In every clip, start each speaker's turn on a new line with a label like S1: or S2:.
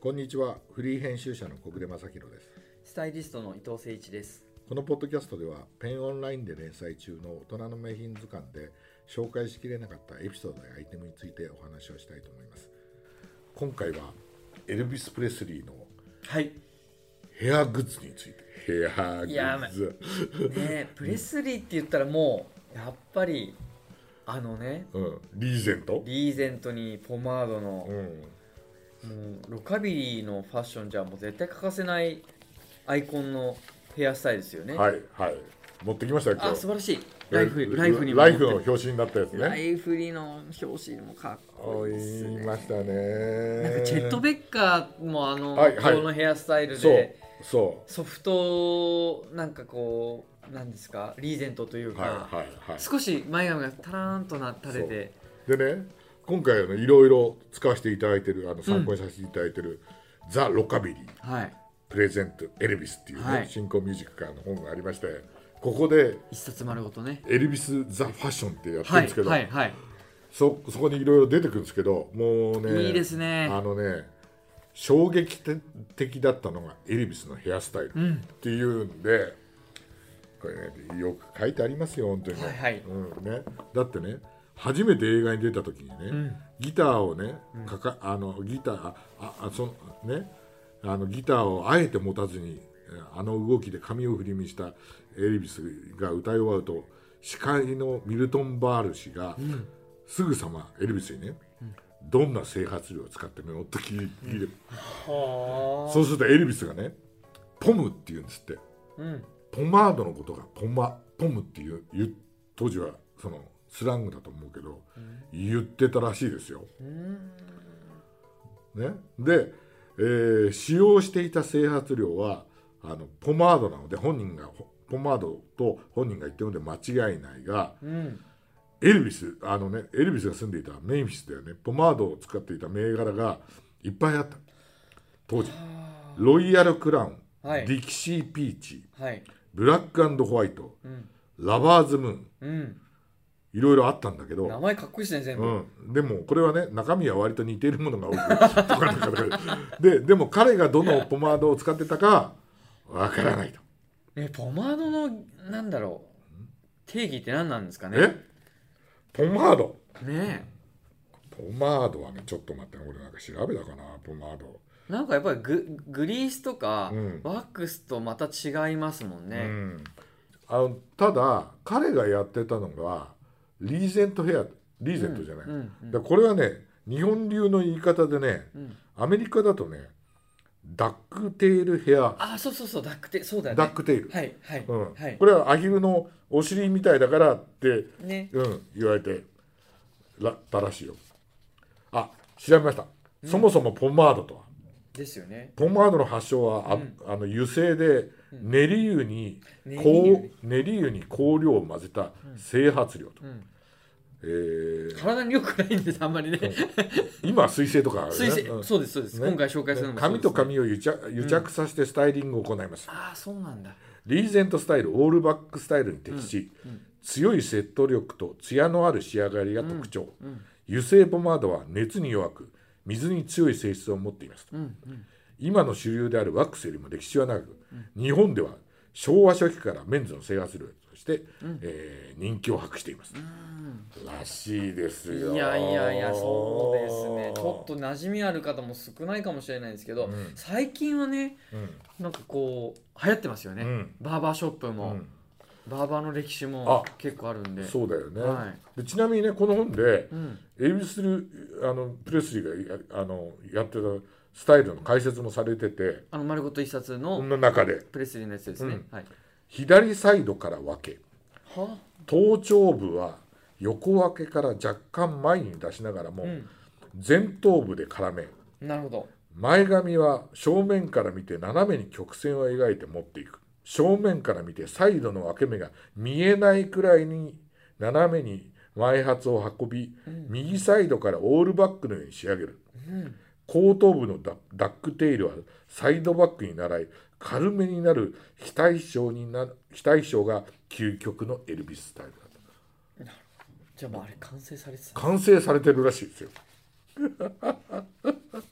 S1: こんにちはフリー編集者の小暮正弘です
S2: スタイリストの伊藤誠一です。
S1: このポッドキャストではペンオンラインで連載中の大人の名品図鑑で紹介しきれなかったエピソードやアイテムについてお話をしたいと思います今回はエルビス・プレスリーの
S2: はい。
S1: ヘアグッズについてヘアグ
S2: いや
S1: ッズ
S2: ね え、プレスリーって言ったらもうやっぱりあのね、
S1: うん、リーゼント
S2: リーゼントにポマードの
S1: う、ん、
S2: もうロカビリーのファッションじゃもう絶対欠かせないアイコンのヘアスタイルですよね。
S1: はいはい持ってきましたよ今
S2: あ、
S1: 日
S2: 素晴らしい。ライフ
S1: え
S2: リライフにも
S1: ライフの
S2: 持って
S1: 表紙になったやつ
S2: ラ
S1: ね
S2: イフリーの表紙にもかっこ
S1: お
S2: いい
S1: い
S2: ですね。
S1: ましたね
S2: なんかチェット・ベッカーもあの、
S1: はいはい
S2: このヘアスタイルで。
S1: そうそ
S2: ソフトなんかこうなんですかリーゼントという
S1: う
S2: か、
S1: はいはいはい
S2: 少し前髪がタラーンとな垂れて
S1: でね今回あのいろいろ使わせていただいてるあの参考にさせていただいてる「ザ・ロカビリー
S2: はい
S1: プレゼントエルビス」っていうね、
S2: はい
S1: 新興ミュージックからの本がありましてここで
S2: 一冊丸ごとね
S1: 「エルビス・ザ・ファッション」ってやってるん
S2: は
S1: で
S2: い
S1: すけど、
S2: はいはい
S1: そそこにいろいろ出てくるんですけどもうね
S2: いいですね
S1: あのね衝撃的だったのがエルビスのヘアスタイルっていうんで、これねよく書いてありますよ本当にね,、
S2: はいはい
S1: うん、ねだってね初めて映画に出た時にね、ギターをねかかあのギターああそのねあのギターをあえて持たずにあの動きで髪を振りにしたエルビスが歌い終わると司会のミルトン・バール氏が、すぐさまエルビスにね、どんな整髪料を使ってみようと聞いて、
S2: は
S1: そうするとエルビスがねポムって言うんですって
S2: あうん
S1: ポマードのことがポマポムっていう言う当時はそのスラングだと思うけど、言ってたらしいですよ。ね、で、えー使用していた整髪料はあのポマードなので本人がほポマードと本人が言ってるので間違いないが。
S2: うん
S1: エルビスあのねエルビスが住んでいたメンフィスだよねポマードを使っていた銘柄がいっぱいあった当時ロイヤルクラウン、
S2: はい
S1: ディキシーピーチ
S2: はい
S1: ブラックホワイト
S2: うん
S1: ラバーズムーン
S2: うん
S1: いろいろあったんだけど
S2: 名前かっこいいですね全部、
S1: うん、でもこれはね中身は割と似ているものが多くとかなんかだから ででも彼がどのポマードを使ってたかわからないと
S2: ねポマードのなんだろう定義って何なんですかね
S1: えポマード
S2: ね
S1: ポマードはねちょっと待ってね俺なんか調べたかなポマード
S2: えなんかやっぱりググリースとか、
S1: うん
S2: ワックスとまた違いますもん
S1: う
S2: ね、
S1: んあのただ彼がやってたのがリーゼントヘアリーゼントじゃない、
S2: うんうん
S1: だからこれはね日本流の言い方でね
S2: うん
S1: アメリカだとねダックテールヘア、
S2: あそうそうそうダックテそうだよね
S1: ダックテール、
S2: はいはい、
S1: うん
S2: はい
S1: これはアヒルのお尻みたいだからって、
S2: ね
S1: うん、言われてらたらしいよあ調べました、そもそもポマードとは
S2: ですよね
S1: ポマードの発祥はあ、あの油性で練り油に
S2: 練り
S1: こう
S2: 油に
S1: 練り油に香料を混ぜた整髪料と、
S2: ん
S1: えー
S2: 体に良くないんですあんまりね
S1: 今は水性とかある
S2: 水性、
S1: うん
S2: そうですそうです、
S1: ね
S2: 今回紹介するのもそう
S1: 髪
S2: です
S1: と髪を癒着癒着させてスタイリングを行います、
S2: ああそうなんだ
S1: リーゼントスタイルオールバックスタイルに適し、強い説得力とツヤのある仕上がりが特徴、油性ポマードは熱に弱く水に強い性質を持っています、
S2: うん
S1: 今の主流であるワックスよりも歴史は長く、日本では昭和初期からメンズの整髪料として、えー人気を博しています、らしいです
S2: う
S1: よ
S2: んいやいやいやそうですねちょっと馴染みある方も少ないかもしれないですけど、
S1: うん
S2: 最近はね
S1: う
S2: なんかこう流行ってますよね、
S1: うん
S2: バーバーショップも、
S1: ん、うん
S2: バーバーの歴史も
S1: あ
S2: 結構あるんで
S1: そうだよね、
S2: は
S1: でちなみにねこの本で、
S2: うん
S1: エルビスルあのプレスリーがやあのやってたスタイルの解説もされてて
S2: あの丸ごと一冊
S1: こ
S2: の
S1: の中で
S2: プレスリーのやつですね、
S1: うん
S2: はい
S1: 左サイドから分け
S2: は
S1: 頭頂部は横分けから若干前に出しながらも、
S2: ん
S1: 前頭部で絡め
S2: なるほど
S1: 前髪は正面から見て斜めに曲線を描いて持っていく正面から見てサイドの分け目が見えないくらいに斜めに前髪を運び、右サイドからオールバックのように仕上げる、後頭部のダダックテイルはサイドバックに習い軽めになる非対称にな非対称が究極のエルビススタイルだと
S2: じゃあもうあれ完成されてた
S1: 完成されてるらしいですよ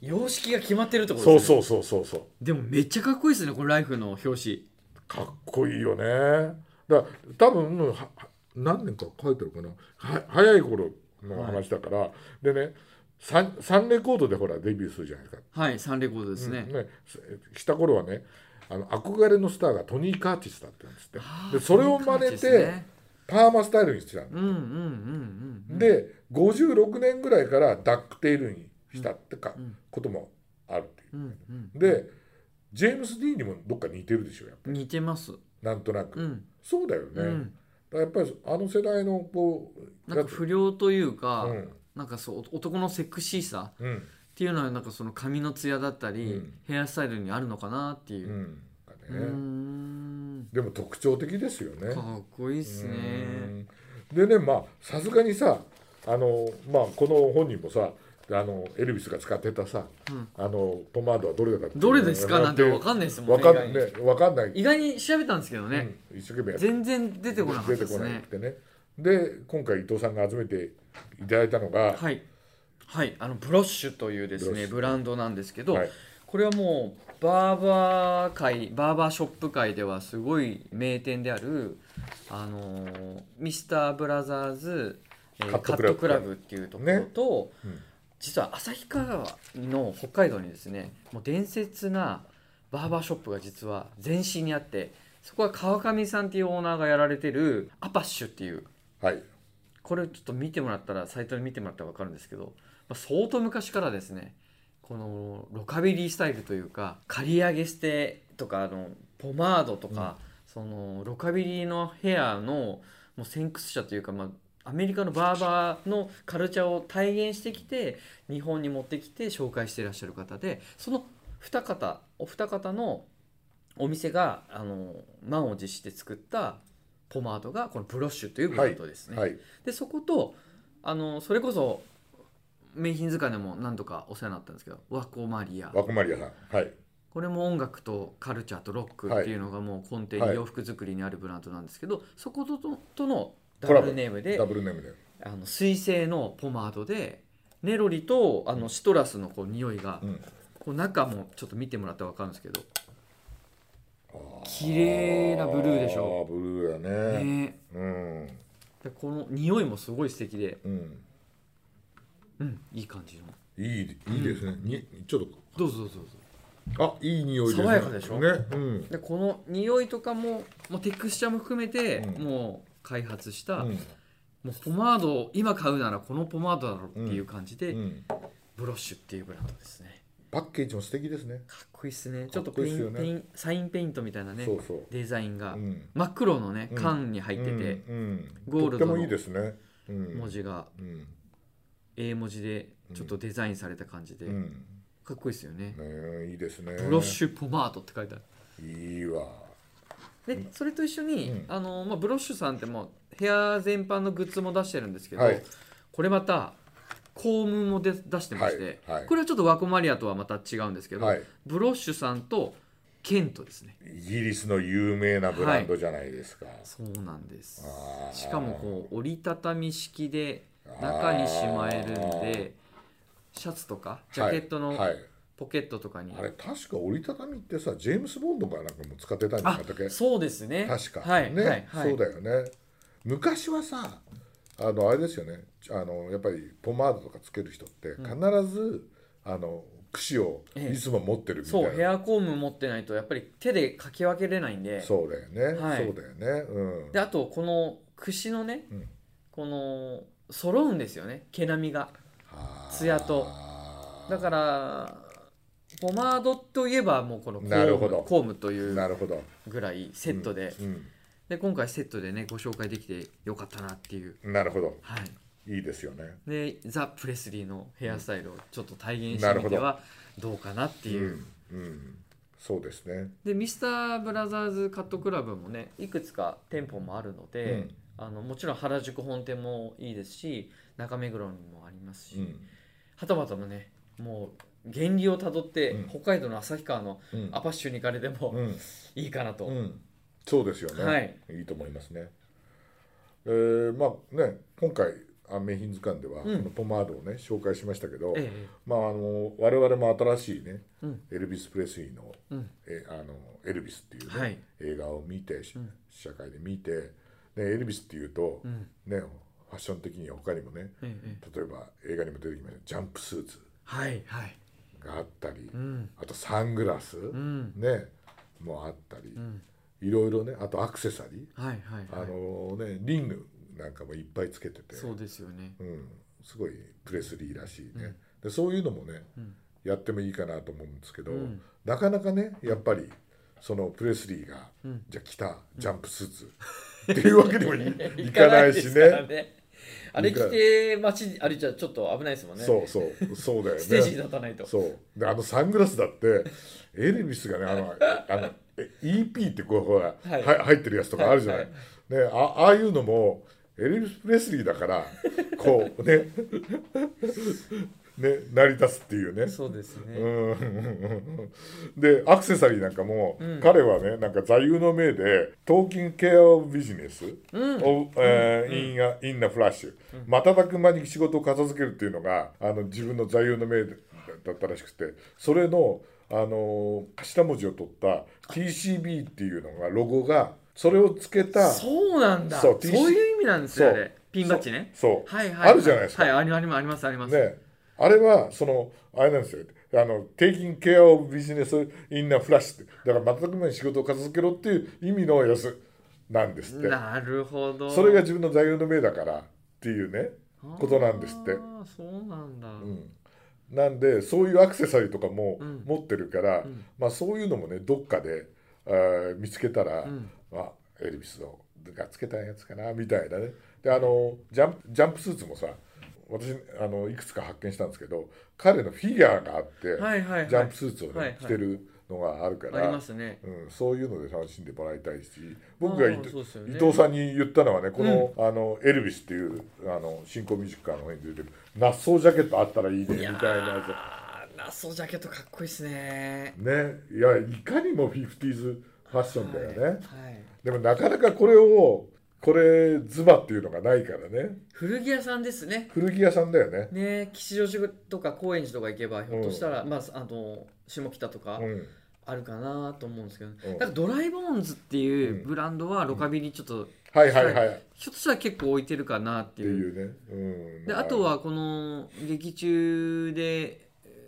S3: 様式が決まってるってこと
S1: そう
S3: ですね
S1: そうそうそうそう
S2: でもめっちゃかっこいいですねこのライフの表
S1: かっこいいよねだから多分はは何年か書いてるかなは早い頃の話だから、でねサンサンレコードでほらデビューするじゃないですか、
S2: 紙はいサンレコードですね、
S1: ね、した頃はねあの憧れのスターがトニー・カーティスだったんですってでそれを真似
S2: です
S1: て、
S2: ね
S1: パーマスタイルにしてたの、
S2: うんうんうんうん
S1: で56年ぐらいからダックテールにしたってか、
S2: うん
S1: こともあるっていう
S2: う、んうん
S1: でジェームス・ディーンにもどっか似てるでしょやっぱ
S2: 似てます
S1: なんとなく、
S2: うん
S1: そうだよね、
S2: うん
S1: だからやっぱりあの世代のこう
S2: なんか不良というか、
S1: うん
S2: なんかそう男のセクシーさ
S1: うん
S2: っていうのはなんかその髪のツヤだったり、
S1: うん
S2: ヘアスタイルにあるのかなっていうう。
S1: んだ
S2: うー
S1: ね
S2: ん
S1: でも特徴的ですよね
S2: かっこいいっすね。
S1: うんでねまあさすがにさあのまあこの本人もさあのエルビスが使ってたさ、
S2: うん
S1: あのポマードはどれだったっけ
S2: どれですかなんてわかんないですもん
S1: わ
S2: ね。
S1: かん
S2: 意外に
S1: ねわかんない、
S2: 意外に調べたんですけどね、
S1: うん一生懸命やって
S2: 全然出てこなかったです
S1: 出てこな
S2: ね
S1: く。てねで今回伊藤さんが集めていただいたのが、
S2: はい、はい、あのブロッシュというです
S1: ブロッ
S2: ね
S1: シュ
S2: ブランドなんですけど、
S1: はい
S2: これはもうバーバー界バーバーショップ界ではすごい名店であるあのーミスターブラザーズ、えー
S1: カ
S2: カ
S1: ッ
S2: ッ
S1: ト
S2: ト
S1: ク
S2: ク
S1: ラ
S2: ラ
S1: ブ
S2: ブっていうところと、
S1: ねうん
S2: 実は旭川の北海道にですねもう伝説なバーバーショップが実は前身にあってそこは川上さんっていうオーナーがやられてるアパッシュっていう
S1: はい
S2: これをちょっと見てもらったらサイトで見てもらったら分かるんですけど、まあ、相当昔からですねこのロカビリースタイルというか刈り上げ捨てとかあのポマードとか、そのロカビリーのヘアのもう先駆者というか、まあ、アメリカのバーバーのカルチャーを体現してきて日本に持ってきて紹介していらっしゃる方でその二方お二方のお店があの満を持して作ったポマードがこのブロッシュというブランドですね。
S1: はい
S2: でそことあのそれこそ名品図鑑でも何度かお世話になったんですけど「ワコマリア」
S1: 和マリアさんはい
S2: これも音楽とカルチャーとロックっていうのがもう根底
S1: はい
S2: に洋服作りにあるブランドなんですけど、そことととのダ
S1: コラボ
S2: ブルネームで
S1: ダブルネームで
S2: あの水性のポマードでネロリとあのシトラスのこう匂いが、
S1: うん
S2: こう中もちょっと見てもらったら分かるんですけど
S1: あー
S2: 綺麗なブルーでしょ
S1: あーブルーだね
S2: ね
S1: うん
S2: でこの匂いもすごい素敵で
S1: うん
S2: うんいい感じの
S1: いいいいですね、にちょっ
S2: どうぞどうぞどうぞ
S1: とあいい匂いですね
S2: 爽やかでしょ
S1: ねうん
S2: でこの匂いとかももうテクスチャーも含めて、
S1: うん
S2: もう開発し
S1: う
S2: た、
S1: ん
S2: もうポマードを今買うならこのポマードだろうっていう感じで、
S1: うん、
S2: ブロッシュっていうブランドですね
S1: パッケージも素敵ですね
S2: かっこいいっすねち
S1: か
S2: ょ
S1: っ
S2: っと
S1: こ
S2: ペ
S1: いいっ
S2: イ
S1: すよ
S2: ン
S1: ね
S2: ペインサインペイントみたいなね
S1: そうそう
S2: デザインが、
S1: うん
S2: 真っ黒のね
S1: うん
S2: 缶に入ってて、
S1: うんうん
S2: ゴ
S1: と
S2: ールド
S1: って
S2: の
S1: もいいですね、うん、
S2: 文字が
S1: うん、
S2: A 文字でちょっとデザインされた感じで、
S1: うん、
S2: かっこいいっすよね、
S1: ねいいですね
S2: ブロッシュポマードって書いてある
S1: いいわ
S2: でそれと一緒に、
S1: うん
S2: あのまあ、ブロッシュさんってもうヘア全般のグッズも出してるんですけど、
S1: はい
S2: これまた公務もで出してまして、
S1: はいはい
S2: これはちょっとワコマリアとはまた違うんですけど、
S1: はい
S2: ブロッシュさんとケントですね
S1: イギリスの有名なブランドじゃないですか、
S2: そうなんです
S1: あー
S2: しかもこう折りたたみ式で中にしまえるんでシャツとかジャケットの
S1: はいはい
S2: ポケットとかに、
S1: あれ確か折りたたみってさジェームス・ボンドかなんかも使ってたんじゃなかったっけ
S2: あそうですね
S1: 確か、
S2: はい
S1: ね、
S2: はいはい
S1: そうだよね昔はさあのあれですよねあのやっぱりポマードとかつける人って必ず、あの櫛を
S2: ええ
S1: いつも持ってるみたい
S2: そうヘ
S1: な、
S2: アコーム持ってないとやっぱり手でかき分けれないんで
S1: そうだよね、
S2: はい
S1: そうだよねうん
S2: であとこの櫛のね、
S1: うん
S2: この揃うんですよね毛並みが
S1: あー
S2: 艶とだからポマードといえばもうこのコ
S1: なるほ
S2: ー
S1: ど
S2: ムコームとい
S1: な
S2: う
S1: るほど
S2: ぐらいセットで、
S1: うん、
S2: で今回セットでねご紹介できてよかったなっていう
S1: うんなるほど
S2: はい
S1: いいですよね
S2: でザ・プレスリーのヘアスタイルをちょっと体現し
S1: な
S2: て
S1: るほ
S2: み
S1: ど
S2: てはどうかなっていう、
S1: うん、うん、そうですね
S2: でミスターブラザーズカットクラブもねいくつか店舗もあるので、
S1: うん
S2: あのもちろん原宿本店もいいですし中目黒にもありますし、
S1: うん、
S2: はたまたもねもう源流をたどって、
S1: うん
S2: 北海道の旭川の
S1: うん
S2: アパッシュに行かれても
S1: うん
S2: いいかなと、
S1: うん、そうですよね、、
S2: はい
S1: いと思いますね。えーまあね今回あ名品図鑑では、
S2: うん
S1: このポマードをね紹介しましたけど、
S2: ええ
S1: まああの我々も新しいね、
S2: うん
S1: エルビス・プレスリーの
S2: うん
S1: 「えあのエルビス」っていう、ね
S2: はい
S1: 映画を見てし試写会で見て、ね、エルビスっていうと、
S2: うん
S1: ねファッション的には他にもね
S2: ええ
S1: 例えば映画にも出てきましたジャンプスーツ
S2: はいはい
S1: があったり、
S2: うん
S1: あとサングラス、
S2: うん
S1: ねもあったり、
S2: うん
S1: いろいろねあとアクセサリー
S2: はいはい
S1: あ
S2: はい
S1: のねリングなんかもいっぱいつけてて
S2: そうですよね
S1: うん、すごいプレスリーらしいね、でそういうのもね、
S2: ん
S1: やってもいいかなと思うんですけど、
S2: うん
S1: なかなかねやっぱりそのプレスリーが、
S2: うん
S1: じゃあ着たジャンプスーツ、っていうわけにもいいかないし
S3: 行かないで
S1: ね
S3: すからねあれ着て街歩いちゃちょっと危ないですもんね
S1: そうそうそうだよね
S3: ステージに立たないと
S1: そうであのサングラスだってエルビスがねあのあのえ EP ってこうほら、
S3: は
S1: はい入ってるやつとかあるじゃない、
S3: はい
S1: ね、あああいうのもエルビス・プレスリーだからこうね ね成り立つっていうね
S3: そうですね、
S1: うんでアクセサリーなんかも、
S3: うん
S1: 彼はねなんか座右の銘で「トーキンケア・オブ・ビジネス」
S3: うん
S1: おえーインアインナフラッシュ、瞬く間に仕事を片付けるっていうのがあの自分の座右の銘だったらしくてそれの、あのー頭文字を取った TCB っていうのがロゴがそれをつけた
S2: そうなんだ
S1: そ
S2: そうういう意味なんですよあ
S1: そう
S2: れピンバッジね
S1: そう、
S2: はいはいはい
S1: あるじゃないですか
S2: はいありありますありますあります
S1: ね、あれはそのあれなんですよあの「Taking care of business in a flash」ってだから全く前に仕事を片付けろっていう意味のやつなんですって
S2: なるほど
S1: それが自分の座右の銘だからっていうね、ことなんですって
S2: あーそうなんだ
S1: うん、なんでそういうアクセサリーとかも
S2: うん
S1: 持ってるから、
S2: ん
S1: まあ、そういうのもねどっかであー見つけたら、
S2: うん
S1: あエルビスのがつけたやつかなみたいなねであのジャンプジャンプスーツもさ私あのいくつか発見したんですけど彼のフィギュアがあって、
S2: はいはいはい
S1: ジャンプスーツをね、
S2: はいはい
S1: 着てるのがあるか
S2: あり
S1: ら、
S2: ますね
S1: うん、そういうので楽しんでもらいたいし僕が
S2: あ
S1: 伊
S2: ー
S1: 藤,、
S2: そうですよね
S1: 伊藤さんに言ったのはねこの,、あのエルビスっていうあの新興ミュージックカーの方に出てるナッソージャケットあったらいいねみたいなや
S3: あーナソジャケットかっこいいですね
S1: つねいやいかにもフィフティーズファッションだよね、
S3: はい
S1: でもなかなかこれをこれズバっていうのがないからね
S3: 古着屋さんですね
S1: 古着屋さんだよね
S3: ね吉祥寺とか高円寺とか行けばひょっとしたら、まああの下北とか
S1: うん
S3: あるかなと思うんですけど、
S1: ん
S3: なんかドライボーンズっていう
S1: うん
S3: ブランドはロカビリーちょっと、
S1: はいはいはいっ
S3: ひょっとしたら結構置いてるかなって
S1: て
S3: いう
S1: いうね、うん、
S2: であとはこの劇中でえ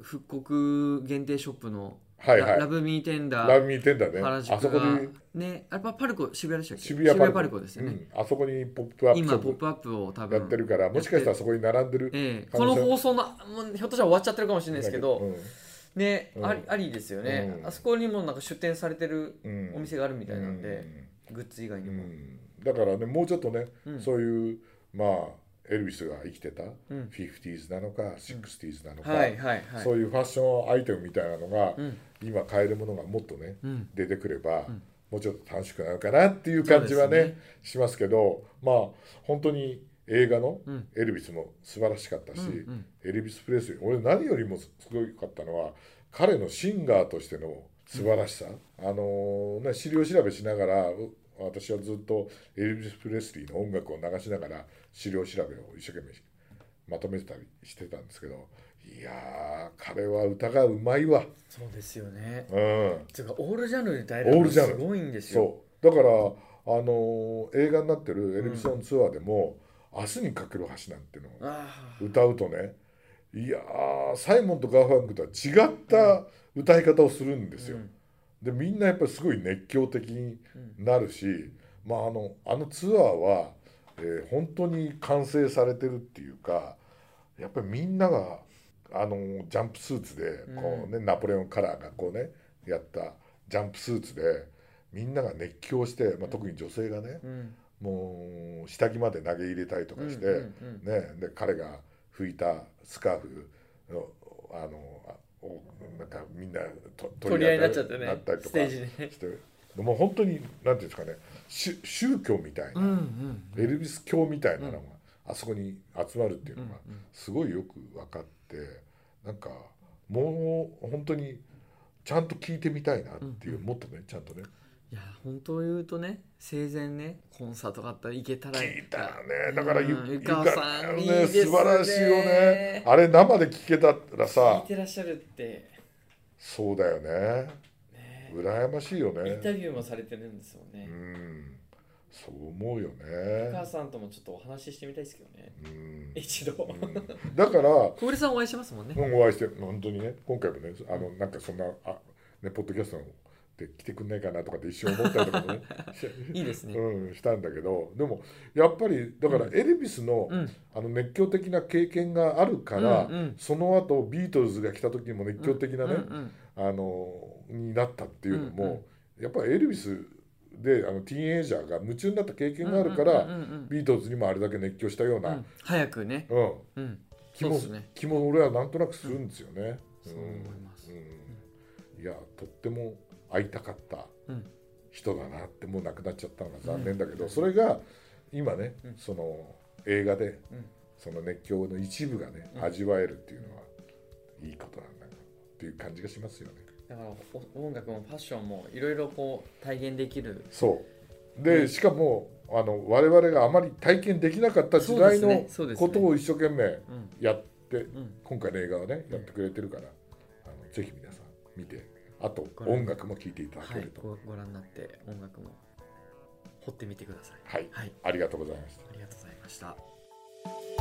S2: ー復刻限定ショップの
S1: はい
S2: ラ
S1: はい
S2: ラブミーテンダ
S1: ラ
S2: ー
S1: ブミーテンダーね
S2: 原宿が
S1: あそこに
S2: ねあれパパルコ渋谷でしたっけ
S1: 渋谷パルコ
S2: ですよね、
S1: うんあそこにポップアップショ
S2: 今
S1: ッ
S2: 「ポッ
S1: プ
S2: プアップを多分
S1: やってるからもしかしたらそこに並んでる
S2: ええ
S1: 可
S2: こ
S1: 能
S2: の
S1: 性
S2: 放送のもうひょっとしたら終わっちゃってるかもしれないですけど、ね、
S1: うん
S2: ありありですよね、
S1: うん
S2: あそこにもなんか出店されてる
S1: うん
S2: お店があるみたいなんで、グッズ以外
S1: うん
S2: にも、
S1: だからねもうちょっとね、
S2: うん
S1: そういうまあエルビスが生きてた、
S2: ん
S1: 50s なのか 60s なのか、
S2: はいはいはい
S1: そういうファッションアイテムみたいなのが、
S2: ん
S1: 今買えるものがもっとね、
S2: うん
S1: 出てくれば、もうちょっと楽しくなるかなっていう感じはね
S2: そうで
S1: しますけどまあ本当に映画の
S2: うん
S1: エルビスも素晴らしかったし、
S2: うんうん
S1: エルビス・プレスリー俺何よりもすごかったのは彼のシンガーとしての素晴らしさ、あのーね、資料調べしながらう私はずっとエルビス・プレスリーの音楽を流しながら資料調べを一生懸命しまとめてたりしてたんですけどいやー彼は歌がうまいわ。
S3: そうですよね
S1: うん
S3: つうかオールジャンルで大
S1: オー
S3: 体
S1: ルジャン
S3: す
S1: ル
S3: ごいんですよ
S1: そうだから、あのー映画になってるエルビスオンツアーでも「明日にかける橋」なんていうのを
S3: あ
S1: 歌うとねいやーサイモンとガーファンクとは違った歌い方をするんですよ。
S3: うん
S1: でみんなやっぱりすごい熱狂的になるし、まあ、あのあのツアーは、えー本当に完成されてるっていうかやっぱりみんながあのジャンプスーツでこう、ねナポレオンカラーがこうねやったジャンプスーツでみんなが熱狂して、まあ、特に女性がね、
S3: あうん
S1: もう下着まで投げ入れたりとかして、
S3: うんうん
S1: ね、で彼が拭いたスカーフのあのあおなんかみんなと
S3: 取り合いになっちゃってね
S1: なったりと
S3: ス
S1: か
S3: テージでね
S1: してもう本当になんていうんですかね宗宗教みたいな、
S2: うんうん
S1: エルビス教みたいなのが、あそこに集まるっていうのがすごいよく分かってなんかもう本当にちゃんと聞いてみたいなっていう、もっとねちゃんとね
S2: いや本当言うとね生前ねコンサートがあったら行けたら
S1: 聞いたらねだからゆ,、
S2: うん
S1: ゆ
S2: ゆか
S1: か
S2: おさん
S1: ね
S2: いいですね
S1: 素晴らしいよねあれ生で聞けたら
S2: 聞
S1: さ
S2: いてらっしゃるって、
S1: そうだよね
S2: ね、
S1: 羨ましいよ
S2: インタ
S1: ね
S2: ビューもされてるんですよ
S1: う
S2: ね、
S1: んそう思うよ
S2: お母
S1: ね
S2: さんともちょっとお話ししてみたいですけどね
S1: うん
S2: 一度、
S1: う
S2: 小
S1: んだから
S2: 暮さんお会いしますもんね、
S1: うんお会いして本当にね今回もねあのなんかそんなあ、ね、ポッドキャストで来てくんないかなとかって一瞬思ったりとかもね
S2: いいですね、
S1: うん、したんだけどでもやっぱりだからエルビスの,、
S2: うん
S1: あの熱狂的な経験があるから、
S2: うんうん
S1: その後ビートルズが来た時にも熱狂的なね、
S2: うんうん
S1: あのになったっていうのも、
S2: う
S1: やっぱりエルビスであのティーンエイジャーが夢中になった経験があるから、
S2: うんうんうん
S1: ビートルズにもあれだけ熱狂したよう
S2: う
S1: な、
S2: ん早くね、
S1: うん
S2: うん、
S1: 気
S2: そう
S1: も
S2: ですね
S1: 気も俺はなんとなくするんですよね。
S2: うんそう思います
S1: うんいやとっても会いたかった
S2: うん
S1: 人だなってもう亡くなっちゃったのが残念だけど、それが今ね、
S2: うん
S1: その映画で、
S2: うん
S1: その熱狂の一部がね、
S2: うん
S1: 味わえるっていうのはいいことなんだなっていう感じがしますよね。
S2: だからお音楽もファッションもいろいろこう体現できる
S1: そうで、
S2: うん
S1: しかもあの我々があまり体験できなかった時代
S2: そうです
S1: の
S2: ねそうですね
S1: ことを一生懸命
S2: うん
S1: やって、
S2: うん
S1: 今回の映画はね
S2: うん
S1: やってくれてるから、あのぜひ皆さん見てあと
S2: ご覧
S1: 音楽も聴いていただ
S2: は
S1: ける
S2: い
S1: と、
S2: ごご覧になって音楽も掘ってみてください
S1: はい
S2: はい
S1: ありがとうございました。
S2: ありがとうございました